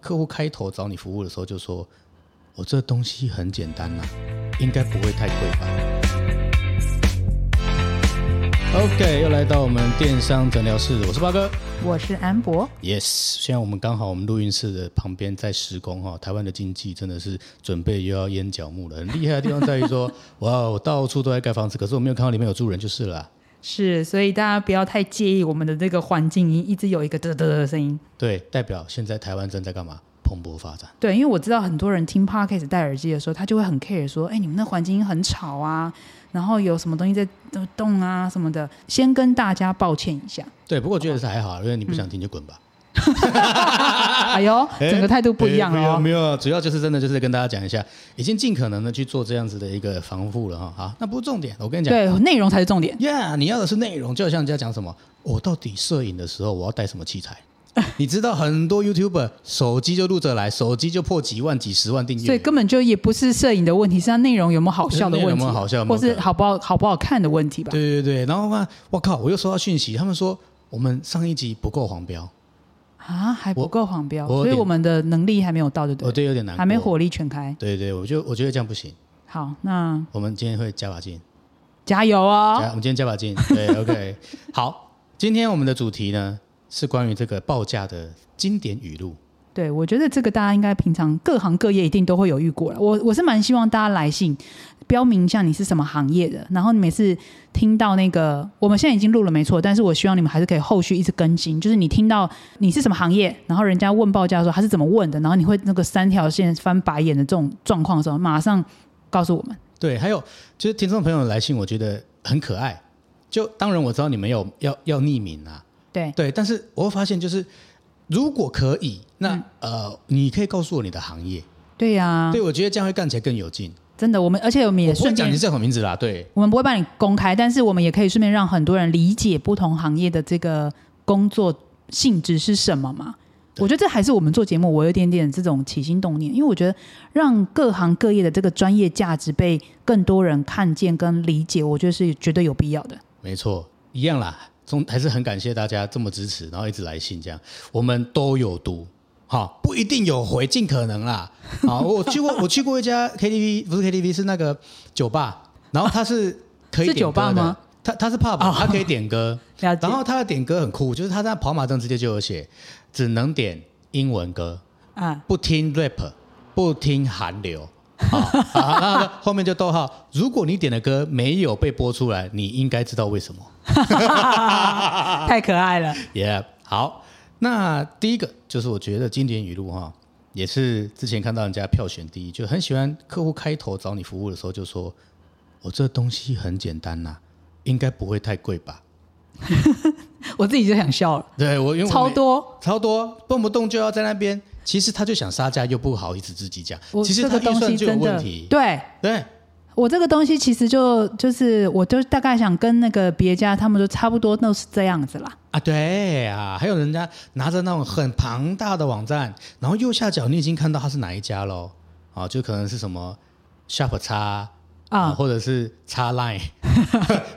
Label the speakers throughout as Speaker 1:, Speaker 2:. Speaker 1: 客户开头找你服务的时候就说：“我、这东西很简单呐、应该不会太贵吧。” OK，又来到我们电商诊疗室，我是八哥。
Speaker 2: 我是安博，
Speaker 1: Yes，现在我们刚好我们录音室的旁边在施工哈，台湾的经济真的是准备又要淹脚木了。很厉害的地方在于说，哇，我到处都在盖房子，可是我没有看到里面有住人就是了啊、
Speaker 2: 是，所以大家不要太介意我们的这个环境音，一直有一个嘚嘚嘚的声音。
Speaker 1: 对，代表现在台湾正在干嘛？蓬勃发展。
Speaker 2: 对，因为我知道很多人听 podcast 戴耳机的时候，他就会很 care 说，哎，你们那环境音很吵啊，然后有什么东西在动啊什么的，先跟大家抱歉一下。
Speaker 1: 对，不过我觉得是还好，因为你不想听就滚吧。
Speaker 2: 哎呦，整个态度不一样
Speaker 1: 没有
Speaker 2: 哦。
Speaker 1: 哎没有，主要就是真的就是跟大家讲一下，已经尽可能的去做这样子的一个防护了哈。好，那不是重点，我跟你讲，
Speaker 2: 对，内容才是重点。
Speaker 1: 呀你要的是内容，就像人家讲什么，我、到底摄影的时候我要带什么器 材？你知道很多 YouTuber 手机就录着来，手机就破几万、几十万订阅，
Speaker 2: 所以根本就也不是摄影的问题，是它内容有没有好笑的
Speaker 1: 内容
Speaker 2: 问
Speaker 1: 有
Speaker 2: 题，
Speaker 1: 没有好笑有没
Speaker 2: 或
Speaker 1: 有
Speaker 2: 是
Speaker 1: 梗
Speaker 2: 好不好好不好看的问题吧。
Speaker 1: 对对对，然后嘛，我靠，我又收到讯息，他们说我们上一集不够黄标，
Speaker 2: 啊，还不
Speaker 1: 我
Speaker 2: 够黄标，
Speaker 1: 我有
Speaker 2: 所以
Speaker 1: 点
Speaker 2: 我们的能力还没有到，对不
Speaker 1: 我对
Speaker 2: 对？
Speaker 1: 有点难过，
Speaker 2: 还没。火力全开。
Speaker 1: 对对，我就我觉得这样不行，
Speaker 2: 好，那
Speaker 1: 我们今天会加把劲。
Speaker 2: 加油
Speaker 1: 来，
Speaker 2: 哦！
Speaker 1: 我们今天加把 劲。对，OK，好，今天我们的主题呢是关于这个报价的经典语录。
Speaker 2: 对，我觉得这个大家应该平常各行各业一定都会有遇过了。我我是蛮希望大家来信标明一下你是什么行业的，然后你每次听到那个，我们现在已经录了没错，但是我希望你们还是可以后续一直更新，就是你听到你是什么行业，然后人家问报价的时候他是怎么问的，然后你会那个三条线翻白眼的这种状况的时候，马上告诉我们。
Speaker 1: 对，还有就是听众朋友来信，我觉得很可爱。就当然我知道你们有要要匿名啊，
Speaker 2: 对，
Speaker 1: 对，但是我会发现就是如果可以，那、
Speaker 2: 嗯
Speaker 1: 呃，你可以告诉我你的行业，
Speaker 2: 对呀、
Speaker 1: 对我觉得这样会干起来更有劲。
Speaker 2: 真的，我们而且我嗯们也
Speaker 1: 我不会
Speaker 2: 顺
Speaker 1: 讲
Speaker 2: 便
Speaker 1: 你叫什么名字啦，对，
Speaker 2: 我们不会帮你公开，但是我们也可以顺便让很多人理解不同行业的这个工作性质是什么嘛。
Speaker 1: 对
Speaker 2: 我觉得这还是我们做节目，我有一点点这种起心动念，因为我觉得让各行各业的这个专业价值被更多人看见跟理解，我觉得是绝对有必要的。
Speaker 1: 没错，一样啦。总还是很感谢大家这么支持，然后一直来信这样，我们都有读，好不一定有回，尽可能啦。 好，我去过我去过一家 KTV，不是 KTV 是那个酒吧，然后它是可以
Speaker 2: 是
Speaker 1: 点
Speaker 2: 酒吧
Speaker 1: 歌的
Speaker 2: 吗？
Speaker 1: 它它是 pub，
Speaker 2: 哦啊
Speaker 1: 它可以点歌，
Speaker 2: 了解
Speaker 1: 然后它的点歌很酷，就是它在跑马灯直接就有写，只能点英文歌，
Speaker 2: 啊，
Speaker 1: 不听 rap，不听韩流。好，好那后面就逗号。如果你点的歌没有被播出来，你应该知道为什么。
Speaker 2: 太可爱了。
Speaker 1: Yeah，好，那第一个就是我觉得经典语录哈，也是之前看到人家票选第一，就很喜欢客户开头找你服务的时候就说：“我这东西很简单呐、应该不会太贵吧
Speaker 2: 我自己就想笑了，？”
Speaker 1: 对我因为我
Speaker 2: 超
Speaker 1: 没
Speaker 2: 多。
Speaker 1: 超多，动不动就要在那边，其实他就想杀价，又不好意思自己讲，
Speaker 2: 我
Speaker 1: 其实
Speaker 2: 这
Speaker 1: 他
Speaker 2: 个
Speaker 1: 预
Speaker 2: 东西
Speaker 1: 算就有
Speaker 2: 真
Speaker 1: 问
Speaker 2: 的
Speaker 1: 题，
Speaker 2: 对，
Speaker 1: 对
Speaker 2: 我这个东西其实就就是，我就大概想跟那个别家他们就差不多都是这样子啦。
Speaker 1: 啊，对啊，还有人家拿着那种很庞大的网站，然后右下角你已经看到它是哪一家喽，啊，就可能是什么 Sharp 叉
Speaker 2: 啊
Speaker 1: 或者是叉 Line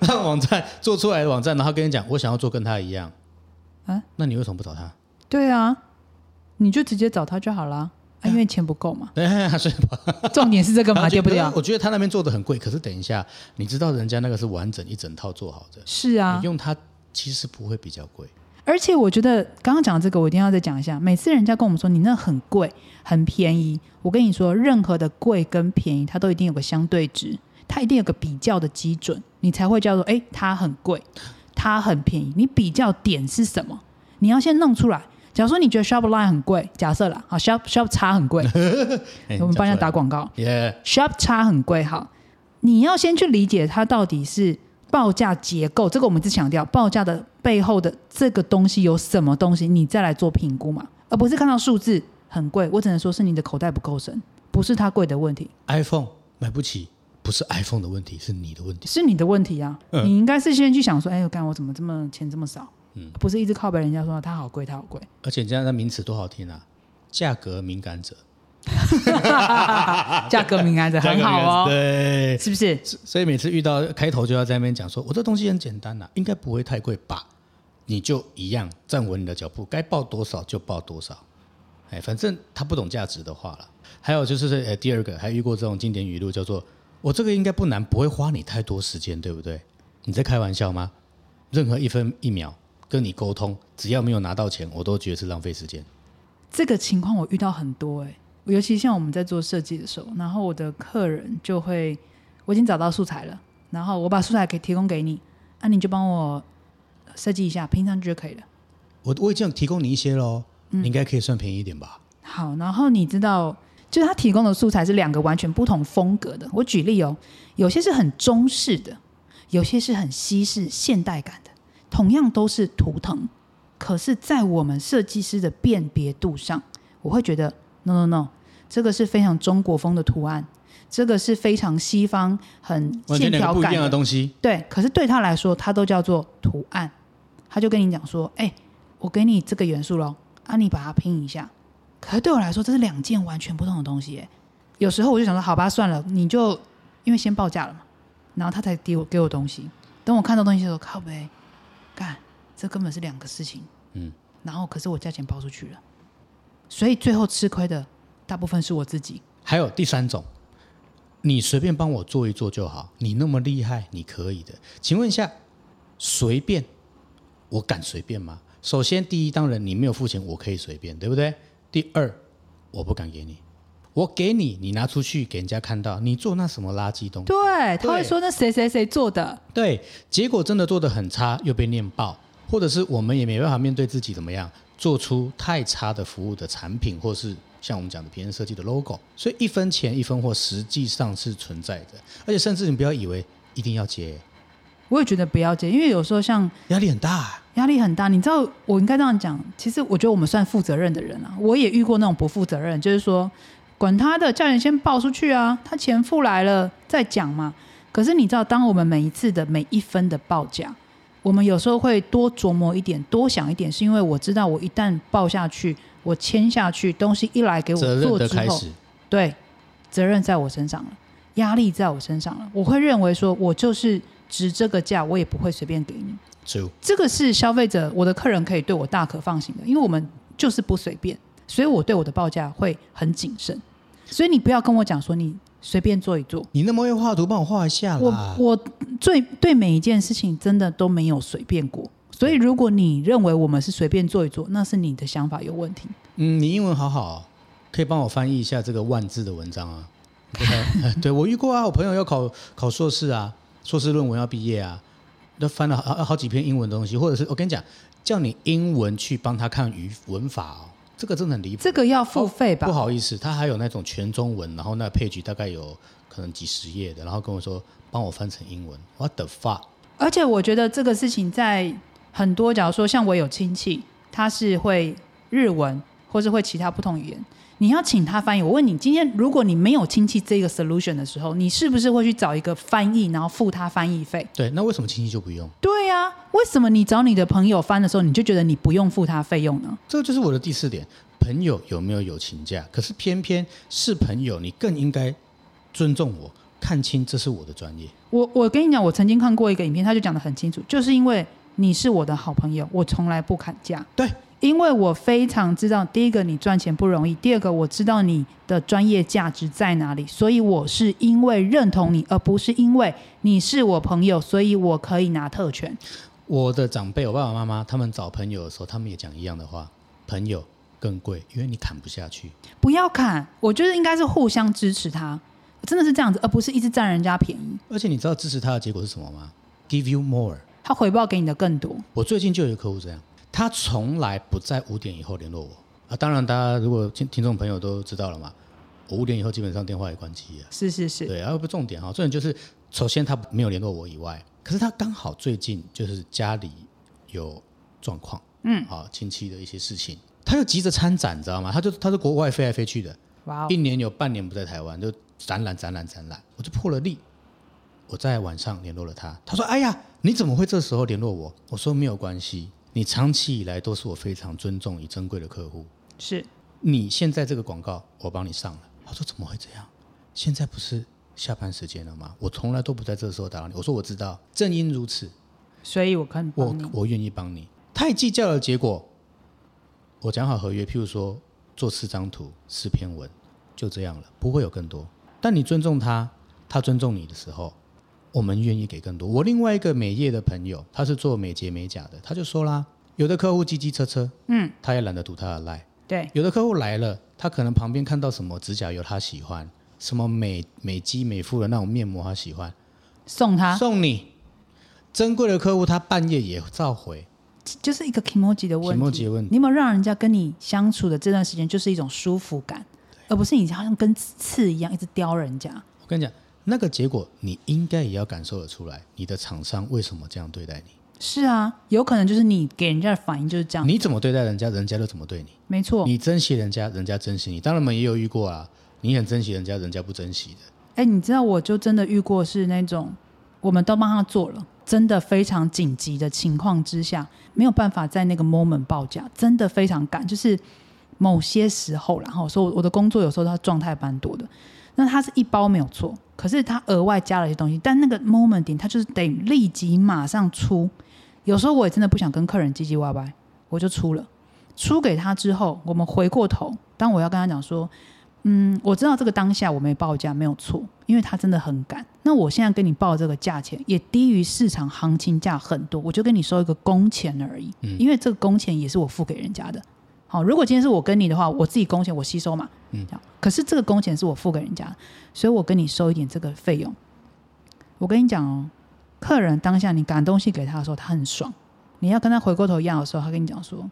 Speaker 1: 那网站做出来的网站，然后跟你讲，我想要做跟他一样，
Speaker 2: 啊，
Speaker 1: 那你为什么不找他？
Speaker 2: 对啊，你就直接找他就好啦，啊，因为钱不够嘛。
Speaker 1: 哎， 所以
Speaker 2: 重点是这个嘛，对不对啊
Speaker 1: 然？后就我觉得他那边做的很贵，可是等一下，你知道人家那个是完整一整套做好的，
Speaker 2: 是啊
Speaker 1: 你，用它其实不会比较贵。
Speaker 2: 而且我觉得刚刚讲的这个，我一定要再讲一下。每次人家跟我们说你那很贵、很便宜，我跟你说，任何的贵跟便宜，它都一定有个相对值，它一定有个比较的基准，你才会叫做哎，它很贵，它很便宜。你比较点是什么？你要先弄出来。假如说你觉得 Shopline 很贵，假设啦，好 Shop Shop 差很贵，
Speaker 1: 哎
Speaker 2: 我们帮人家打
Speaker 1: 你
Speaker 2: 广告。
Speaker 1: 讲出来耶
Speaker 2: Shop 差很贵哈，你要先去理解它到底是报价结构，这个我们一直强调，报价的背后的这个东西有什么东西，你再来做评估嘛，而不是看到数字很贵，我只能说是你的口袋不够深，不是它贵的问题，
Speaker 1: iPhone 买不起，不是 iPhone 的问题，是你的问题。
Speaker 2: 是你的问题啊，
Speaker 1: 嗯
Speaker 2: 你应该是先去想说，哎，我干我怎么这么钱这么少？不是一直靠北人家说它好贵，它好贵，
Speaker 1: 而且这样的名词多好听啊！价格敏感者，
Speaker 2: 价格敏感的很好哦，
Speaker 1: 对，
Speaker 2: 是不是？
Speaker 1: 所以每次遇到开头就要在那边讲说，我这东西很简单呐、啊应该不会太贵吧？你就一样站稳你的脚步，该报多少就报多少。哎，反正他不懂价值的话了。还有就是，呃，第二个还遇过这种经典语录，叫做“我这个应该不难，不会花你太多时间，对不对？”你在开玩笑吗？任何一分一秒跟你沟通，只要没有拿到钱，我都觉得是浪费时间。
Speaker 2: 这个情况我遇到很多哎、尤其像我们在做设计的时候，然后我的客人就会，我已经找到素材了，然后我把素材给提供给你，啊，你就帮我设计一下，拼上去就可以了。
Speaker 1: 我我已经有提供你一些喽，
Speaker 2: 嗯
Speaker 1: 你应该可以算便宜一点吧？
Speaker 2: 好，然后你知道，就是他提供的素材是两个完全不同风格的。我举例哦，有些是很中式的，有些是很西式现代感的。同样都是图腾，可是，在我们设计师的辨别度上，我会觉得 no no no，这个是非常中国风的图案，这个是非常西方很
Speaker 1: 完
Speaker 2: 线
Speaker 1: 全两
Speaker 2: 条
Speaker 1: 个不一
Speaker 2: 感
Speaker 1: 样的啊东西。
Speaker 2: 对，可是对他来说，他都叫做图案。他就跟你讲说：“哎、我给你这个元素咯，啊，你把它拼一下。”可是对我来说，这是两件完全不同的东西耶。有时候我就想说：“好吧，算了，你就因为先报价了嘛。”然后他才给我给我东西。等我看到东西的时候，靠呗，干，这根本是两个事情。
Speaker 1: 嗯。
Speaker 2: 然后，可是我价钱报出去了，所以最后吃亏的大部分是我自己。
Speaker 1: 还有第三种，你随便帮我做一做就好，你那么厉害，你可以的。请问一下，随便，我敢随便吗？首先，第一，当然你没有付钱，我可以随便，对不对？第二，我不敢给你，我给你，你拿出去给人家看到，你做那什么垃圾东西？
Speaker 2: 对，
Speaker 1: 他会说
Speaker 2: 那谁谁谁做的，
Speaker 1: 对，结果真的做的很差，又被念爆，或者是我们也没办法面对自己怎么样做出太差的服务的产品，或是像我们讲的别人设计的 logo，所以一分钱一分货实际上是存在的，而且甚至你不要以为一定要接，
Speaker 2: 我也觉得不要接，因为有时候像
Speaker 1: 压力很大啊、
Speaker 2: 压力很大。你知道，我应该这样讲。其实我觉得我们算负责任的人啊，我也遇过那种不负责任，就是说，管他的，叫人先报出去啊，他钱付来了再讲嘛。可是你知道，当我们每一次的每一分的报价，我们有时候会多琢磨一点，多想一点，是因为我知道，我一旦报下去，我签下去，东西一来哎给我
Speaker 1: 责任
Speaker 2: 做
Speaker 1: 的
Speaker 2: 之
Speaker 1: 开
Speaker 2: 后，
Speaker 1: 始。
Speaker 2: 对，责任在我身上了，压力在我身上了，我会认为说，我就是值这个价，我也不会随便给你。
Speaker 1: 就
Speaker 2: 这个是消费者，我的客人可以对我大可放心的，因为我们就是不随便，所以我对我的报价会很谨慎。所以你不要跟我讲说你随便做一做，
Speaker 1: 你那么会画图，帮我画一下
Speaker 2: 我
Speaker 1: 啦。
Speaker 2: 我最对每一件事情真的都没有随便过。所以如果你认为我们是随便做一做，那是你的想法有问题。
Speaker 1: 嗯，你英文好好，可以帮我翻译一下这个万字的文章啊？ 对吧对，我遇过啊，我朋友要考考硕士啊，硕士论文要毕业啊，那翻了好好几篇英文的东西，或者是哦我跟你讲，叫你英文去帮他看语文法哦，这个真的很离谱。
Speaker 2: 这个要付费吧？
Speaker 1: 不好意思，他还有那种全中文，然后那 page 大概有可能几十页的，然后跟我说帮我翻成英文，what the fuck？
Speaker 2: 而且我觉得这个事情在很多，假如说像我有亲戚，他是会日文或是会其他不同语言，你要请他翻译。我问你，今天如果你没有亲戚这个 solution 的时候，你是不是会去找一个翻译，然后付他翻译费？
Speaker 1: 对，那为什么亲戚就不用？
Speaker 2: 对呀、为什么你找你的朋友翻的时候，你就觉得你不用付他费用呢？
Speaker 1: 这就是我的第四点，朋友有没有友情价？可是偏偏是朋友，你更应该尊重我，看清这是我的专业。
Speaker 2: 我我跟你讲，我曾经看过一个影片，他就讲得很清楚，就是因为你是我的好朋友，我从来不砍价。
Speaker 1: 对，
Speaker 2: 因为我非常知道，第一个你赚钱不容易，第二个我知道你的专业价值在哪里，所以我是因为认同你，而不是因为你是我朋友，所以我可以拿特权。
Speaker 1: 我的长辈，我爸爸妈妈，他们找朋友的时候，他们也讲一样的话：朋友更贵，因为你砍不下去。
Speaker 2: 不要砍，我觉得应该是互相支持他，真的是这样子，而不是一直占人家便宜，
Speaker 1: 而且你知道支持他的结果是什么吗？Give you more。
Speaker 2: 他回报给你的更多。
Speaker 1: 我最近就有一个客户这样，他从来不在五点以后联络我啊。当然，大家如果听听众朋友都知道了嘛，我五点以后基本上电话也关机了。
Speaker 2: 是是是，
Speaker 1: 对，然后不重点哈、重点就是首先他没有联络我以外，可是他刚好最近就是家里有状况，嗯，啊，亲戚的一些事情，他又急着参展，你知道吗？他就他是国外飞来飞去的，
Speaker 2: 哇、哦
Speaker 1: 一年有半年不在台湾，就展览展览展览，我就破了例。我在晚上联络了他，他说：“哎呀，你怎么会这时候联络我？”我说：“没有关系，你长期以来都是我非常尊重与珍贵的客户，
Speaker 2: 是
Speaker 1: 你现在这个广告我帮你上了。他说怎么会这样？现在不是下班时间了吗？我从来都不在这个时候打扰你。我说我知道，正因如此，
Speaker 2: 所以我可以帮
Speaker 1: 我
Speaker 2: 你。
Speaker 1: 我愿意帮你。太计较的结果，我讲好合约，譬如说做四张图、四篇文，就这样了，不会有更多。但你尊重他，他尊重你的时候，我们愿意给更多。我另外一个美业的朋友，他是做美睫美甲的，他就说啦，有的客户叽叽车车，
Speaker 2: 嗯，
Speaker 1: 他也懒得读他的 line。
Speaker 2: 对，
Speaker 1: 有的客户来了，他可能旁边看到什么指甲油他喜欢，什么美美肌美肤的那种面膜他喜欢，
Speaker 2: 送他
Speaker 1: 送你。珍贵的客户他半夜也召回，
Speaker 2: 就是一个 emoji 的问题。
Speaker 1: emoji 的问题
Speaker 2: 你有没有让人家跟你相处的这段时间就是一种舒服感，而不是你好像跟刺一样一直叼人家。
Speaker 1: 我跟你讲，那个结果你应该也要感受得出来，你的厂商为什么这样对待你？
Speaker 2: 是啊，有可能就是你给人家的反应就是这样，
Speaker 1: 你怎么对待人家，人家就怎么对你。
Speaker 2: 没错。
Speaker 1: 你珍惜人家，人家珍惜你。当然，我们也有遇过啊，你很珍惜人家，人家不珍惜的。
Speaker 2: 哎、你知道我就真的遇过是那种，我们都帮他做了，真的非常紧急的情况之下，没有办法在那个 moment 报价，真的非常赶，就是某些时候啦，然后说我的工作有时候他状态蛮多的，那他是一包没有错，可是他额外加了一些东西，但那个 moment 点他就是得立即马上出，有时候我也真的不想跟客人唧唧歪歪，我就出了。出给他之后，我们回过头，当我要跟他讲说，嗯，我知道这个当下我没报价没有错，因为他真的很赶。那我现在跟你报这个价钱也低于市场行情价很多，我就跟你收一个工钱而已，
Speaker 1: 嗯
Speaker 2: 因为这个工钱也是我付给人家的。好，如果今天是我跟你的话，我自己工钱我吸收嘛，
Speaker 1: 嗯
Speaker 2: 这样。可是这个工钱是我付给人家的，所以我跟你收一点这个费用。我跟你讲哦，客人当下你赶东西给他的时候，他很爽。你要跟他回过头要的时候，他跟你讲说，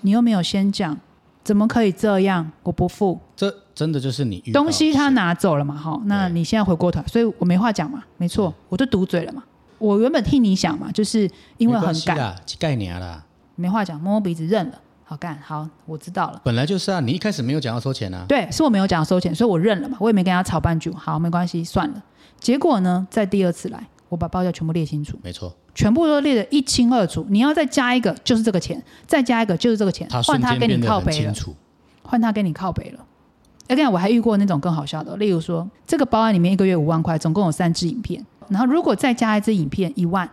Speaker 2: 你又没有先讲，怎么可以这样？我不付，
Speaker 1: 这真的就是你遇到
Speaker 2: 东西他
Speaker 1: 是嗯
Speaker 2: 拿走了嘛，哈，那
Speaker 1: 对
Speaker 2: 你现在回过头来，所以我没话讲嘛，没错，我就堵嘴了嘛。我原本替你想嘛，就是因为
Speaker 1: 没
Speaker 2: 很
Speaker 1: 关系
Speaker 2: 赶，
Speaker 1: 啦，概念啦，
Speaker 2: 没话讲，摸摸鼻子认了，好干，好，我知道了。
Speaker 1: 本来就是啊，你一开始没有讲要收钱啊，
Speaker 2: 对，是我没有讲收钱，所以我认了嘛，我也没跟他吵半句，好，没关系，算了。结果呢，在第二次来，我把报价全部列清楚，
Speaker 1: 没错，
Speaker 2: 全部都列得一清二楚。你要再加一个，就是这个钱；再加一个，就是这个钱。
Speaker 1: 他
Speaker 2: 换
Speaker 1: 瞬
Speaker 2: 他
Speaker 1: 间
Speaker 2: 跟你
Speaker 1: 变得
Speaker 2: 靠
Speaker 1: 很
Speaker 2: 北了
Speaker 1: 清，楚。
Speaker 2: 换他跟你靠北了。而且我还遇过那种更好笑的，例如说，这个包案里面一个月五万块，总共有三支影片，然后如果再加一支影片一万，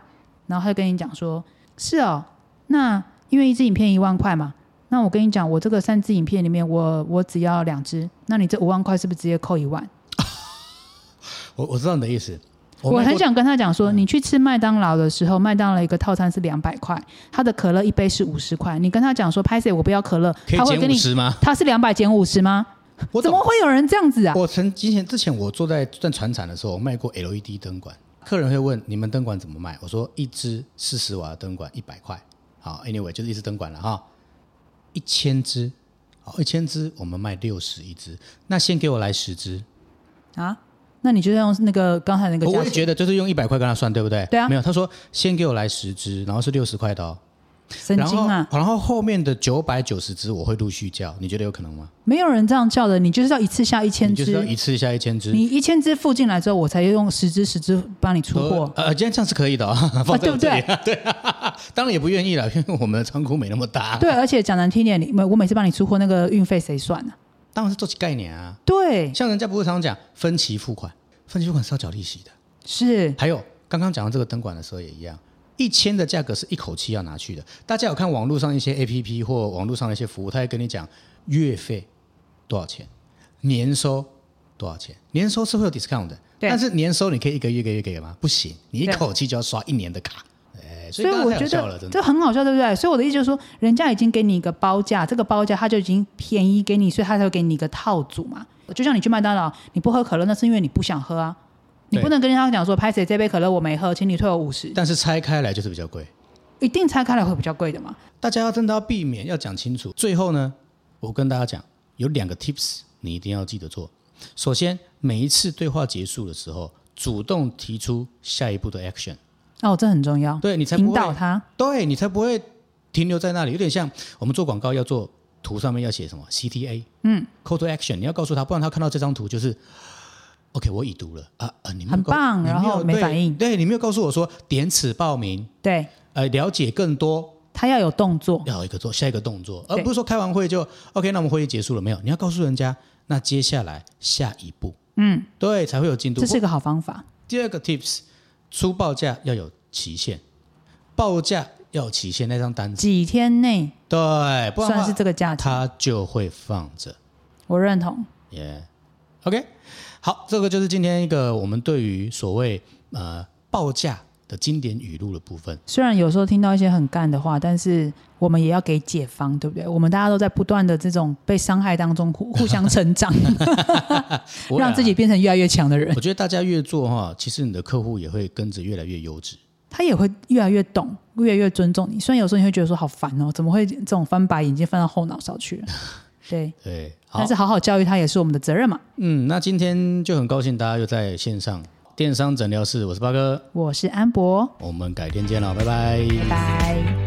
Speaker 2: 然后他就跟你讲说，是哦，那因为一支影片一万块嘛，那我跟你讲，我这个三支影片里面我我只要两支，那你这五万块是不是直接扣一
Speaker 1: 哦
Speaker 2: 万？
Speaker 1: 我我知道你的意思，
Speaker 2: 我
Speaker 1: 卖
Speaker 2: 很
Speaker 1: 过
Speaker 2: 想跟他讲
Speaker 1: 嗯
Speaker 2: 说，你去吃麦当劳的时候，麦当劳一个套餐是两百块，他的可乐一杯是五十块，你跟他讲说，拍谁我不要可乐，
Speaker 1: 可
Speaker 2: 他会
Speaker 1: 以减
Speaker 2: 跟
Speaker 1: 五
Speaker 2: 你，
Speaker 1: 十吗？
Speaker 2: 他是两百减五十吗？
Speaker 1: 我
Speaker 2: 怎
Speaker 1: 懂
Speaker 2: 么会有人这样子啊？
Speaker 1: 我曾之前之前我坐在在船厂的时候，我卖过 LED 灯管，客人会问你们灯管怎么卖，我说一支四十瓦的灯管一百块，好，anyway 就是一支灯管了哈，一千支，好，一千支我们卖六十一支，那先给我来十支，
Speaker 2: 啊，那你就用那个刚才那个
Speaker 1: 我
Speaker 2: 价
Speaker 1: 也
Speaker 2: 钱，
Speaker 1: 觉得就是用一百块跟他算对不对？
Speaker 2: 对啊
Speaker 1: 没有，他说先给我来十支，然后是六十块的哦，
Speaker 2: 神经
Speaker 1: 然
Speaker 2: 啊！
Speaker 1: 后然后后面的九百九十支我会陆续叫，你觉得有可能吗？
Speaker 2: 没有人这样叫的，你就是要一次下一千
Speaker 1: 你就是要
Speaker 2: 只，
Speaker 1: 一次下一千支。
Speaker 2: 你一千只付进来之后，我才用十只十只帮你出
Speaker 1: 呃
Speaker 2: 货，
Speaker 1: 呃，今天这样是可以的、哦， 放在我这里、啊，对啊， 当然也不愿意了，因为我们的仓库没那么大，
Speaker 2: 对，而且讲难听点，你每我每次帮你出货那个运费谁算呢、
Speaker 1: 当然是做起概念啊。
Speaker 2: 对，
Speaker 1: 像人家不是常常讲分期付款，分期付款是要缴利息的。
Speaker 2: 是
Speaker 1: 还有刚刚讲到这个灯管的时候也一样，一千的价格是一口气要拿去的。大家有看网络上一些 A P P 或网络上的一些服务，他会跟你讲月费多少钱，年收多少钱，年收是会有 discount 的，
Speaker 2: 对
Speaker 1: 但是年收你可以一个月一个月给吗？不行，你一口气就要刷一年的卡。哎，
Speaker 2: 所以
Speaker 1: 大家
Speaker 2: 我
Speaker 1: 太好
Speaker 2: 觉
Speaker 1: 笑了
Speaker 2: 得
Speaker 1: 真的。
Speaker 2: 这很好笑，对不对？所以我的意思就是说，人家已经给你一个包价，这个包价他就已经便宜给你，所以他才会给你一个套组嘛。就像你去麦当劳，你不喝可乐，那是因为你不想喝啊。你
Speaker 1: 对
Speaker 2: 不能跟人家讲说，拍谁这杯可乐我没喝，请你退我五十，
Speaker 1: 但是拆开来就是比较贵。
Speaker 2: 一定拆开来会比较贵的嘛。
Speaker 1: 大家要真的要避免，要讲清楚。最后呢，我跟大家讲，有两个 tips 你一定要记得做。首先，每一次对话结束的时候，主动提出下一步的 action，
Speaker 2: 哦，这很重要，
Speaker 1: 对你才不
Speaker 2: 引导
Speaker 1: 会，
Speaker 2: 他。
Speaker 1: 对你才不会停留在那里。有点像我们做广告要做图上面要写什么 CTA，嗯，call to action，你要告诉他，不然他看到这张图就是。OK，我已读了啊啊！你没有
Speaker 2: 很
Speaker 1: 告诉
Speaker 2: 棒
Speaker 1: 你
Speaker 2: 然后
Speaker 1: 有
Speaker 2: 没
Speaker 1: 对
Speaker 2: 反应
Speaker 1: 对你没有告诉我说点此报名，
Speaker 2: 对
Speaker 1: 呃，了解更多
Speaker 2: 他要有动作，
Speaker 1: 要有一个做下一个动作，而
Speaker 2: 对
Speaker 1: 不是说开完会就 OK，那我们会议结束了没有？你要告诉人家，那接下来下一步，
Speaker 2: 嗯，
Speaker 1: 对，才会有进度
Speaker 2: 这。是一个好方法。
Speaker 1: 第二个 tips，出报价要有期限，报价要期限那张单子，
Speaker 2: 几天内
Speaker 1: 对，不然的
Speaker 2: 算
Speaker 1: 话
Speaker 2: 是这个价钱，
Speaker 1: 它就会放着。
Speaker 2: 我认同。
Speaker 1: 耶、OK，好，这个就是今天一个我们对于所谓呃报价的经典语录的部分。
Speaker 2: 虽然有时候听到一些很干的话，但是我们也要给解放，对不对？我们大家都在不断的这种被伤害当中 互互相成长，
Speaker 1: 不会啊
Speaker 2: 让自己变成越来越强的人。
Speaker 1: 我觉得大家越做哈，其实你的客户也会跟着越来越优质。
Speaker 2: 他也会越来越懂，越来越尊重你。虽然有时候你会觉得说好烦哦，怎么会这种翻白眼睛翻到后脑勺去了？对，
Speaker 1: 对， 好
Speaker 2: 但是，好好教育他也是我们的责任嘛。
Speaker 1: 嗯，那今天就很高兴大家又在线上电商诊疗室，我是八哥，
Speaker 2: 我是安博，
Speaker 1: 我们改天见了，拜拜
Speaker 2: 拜拜。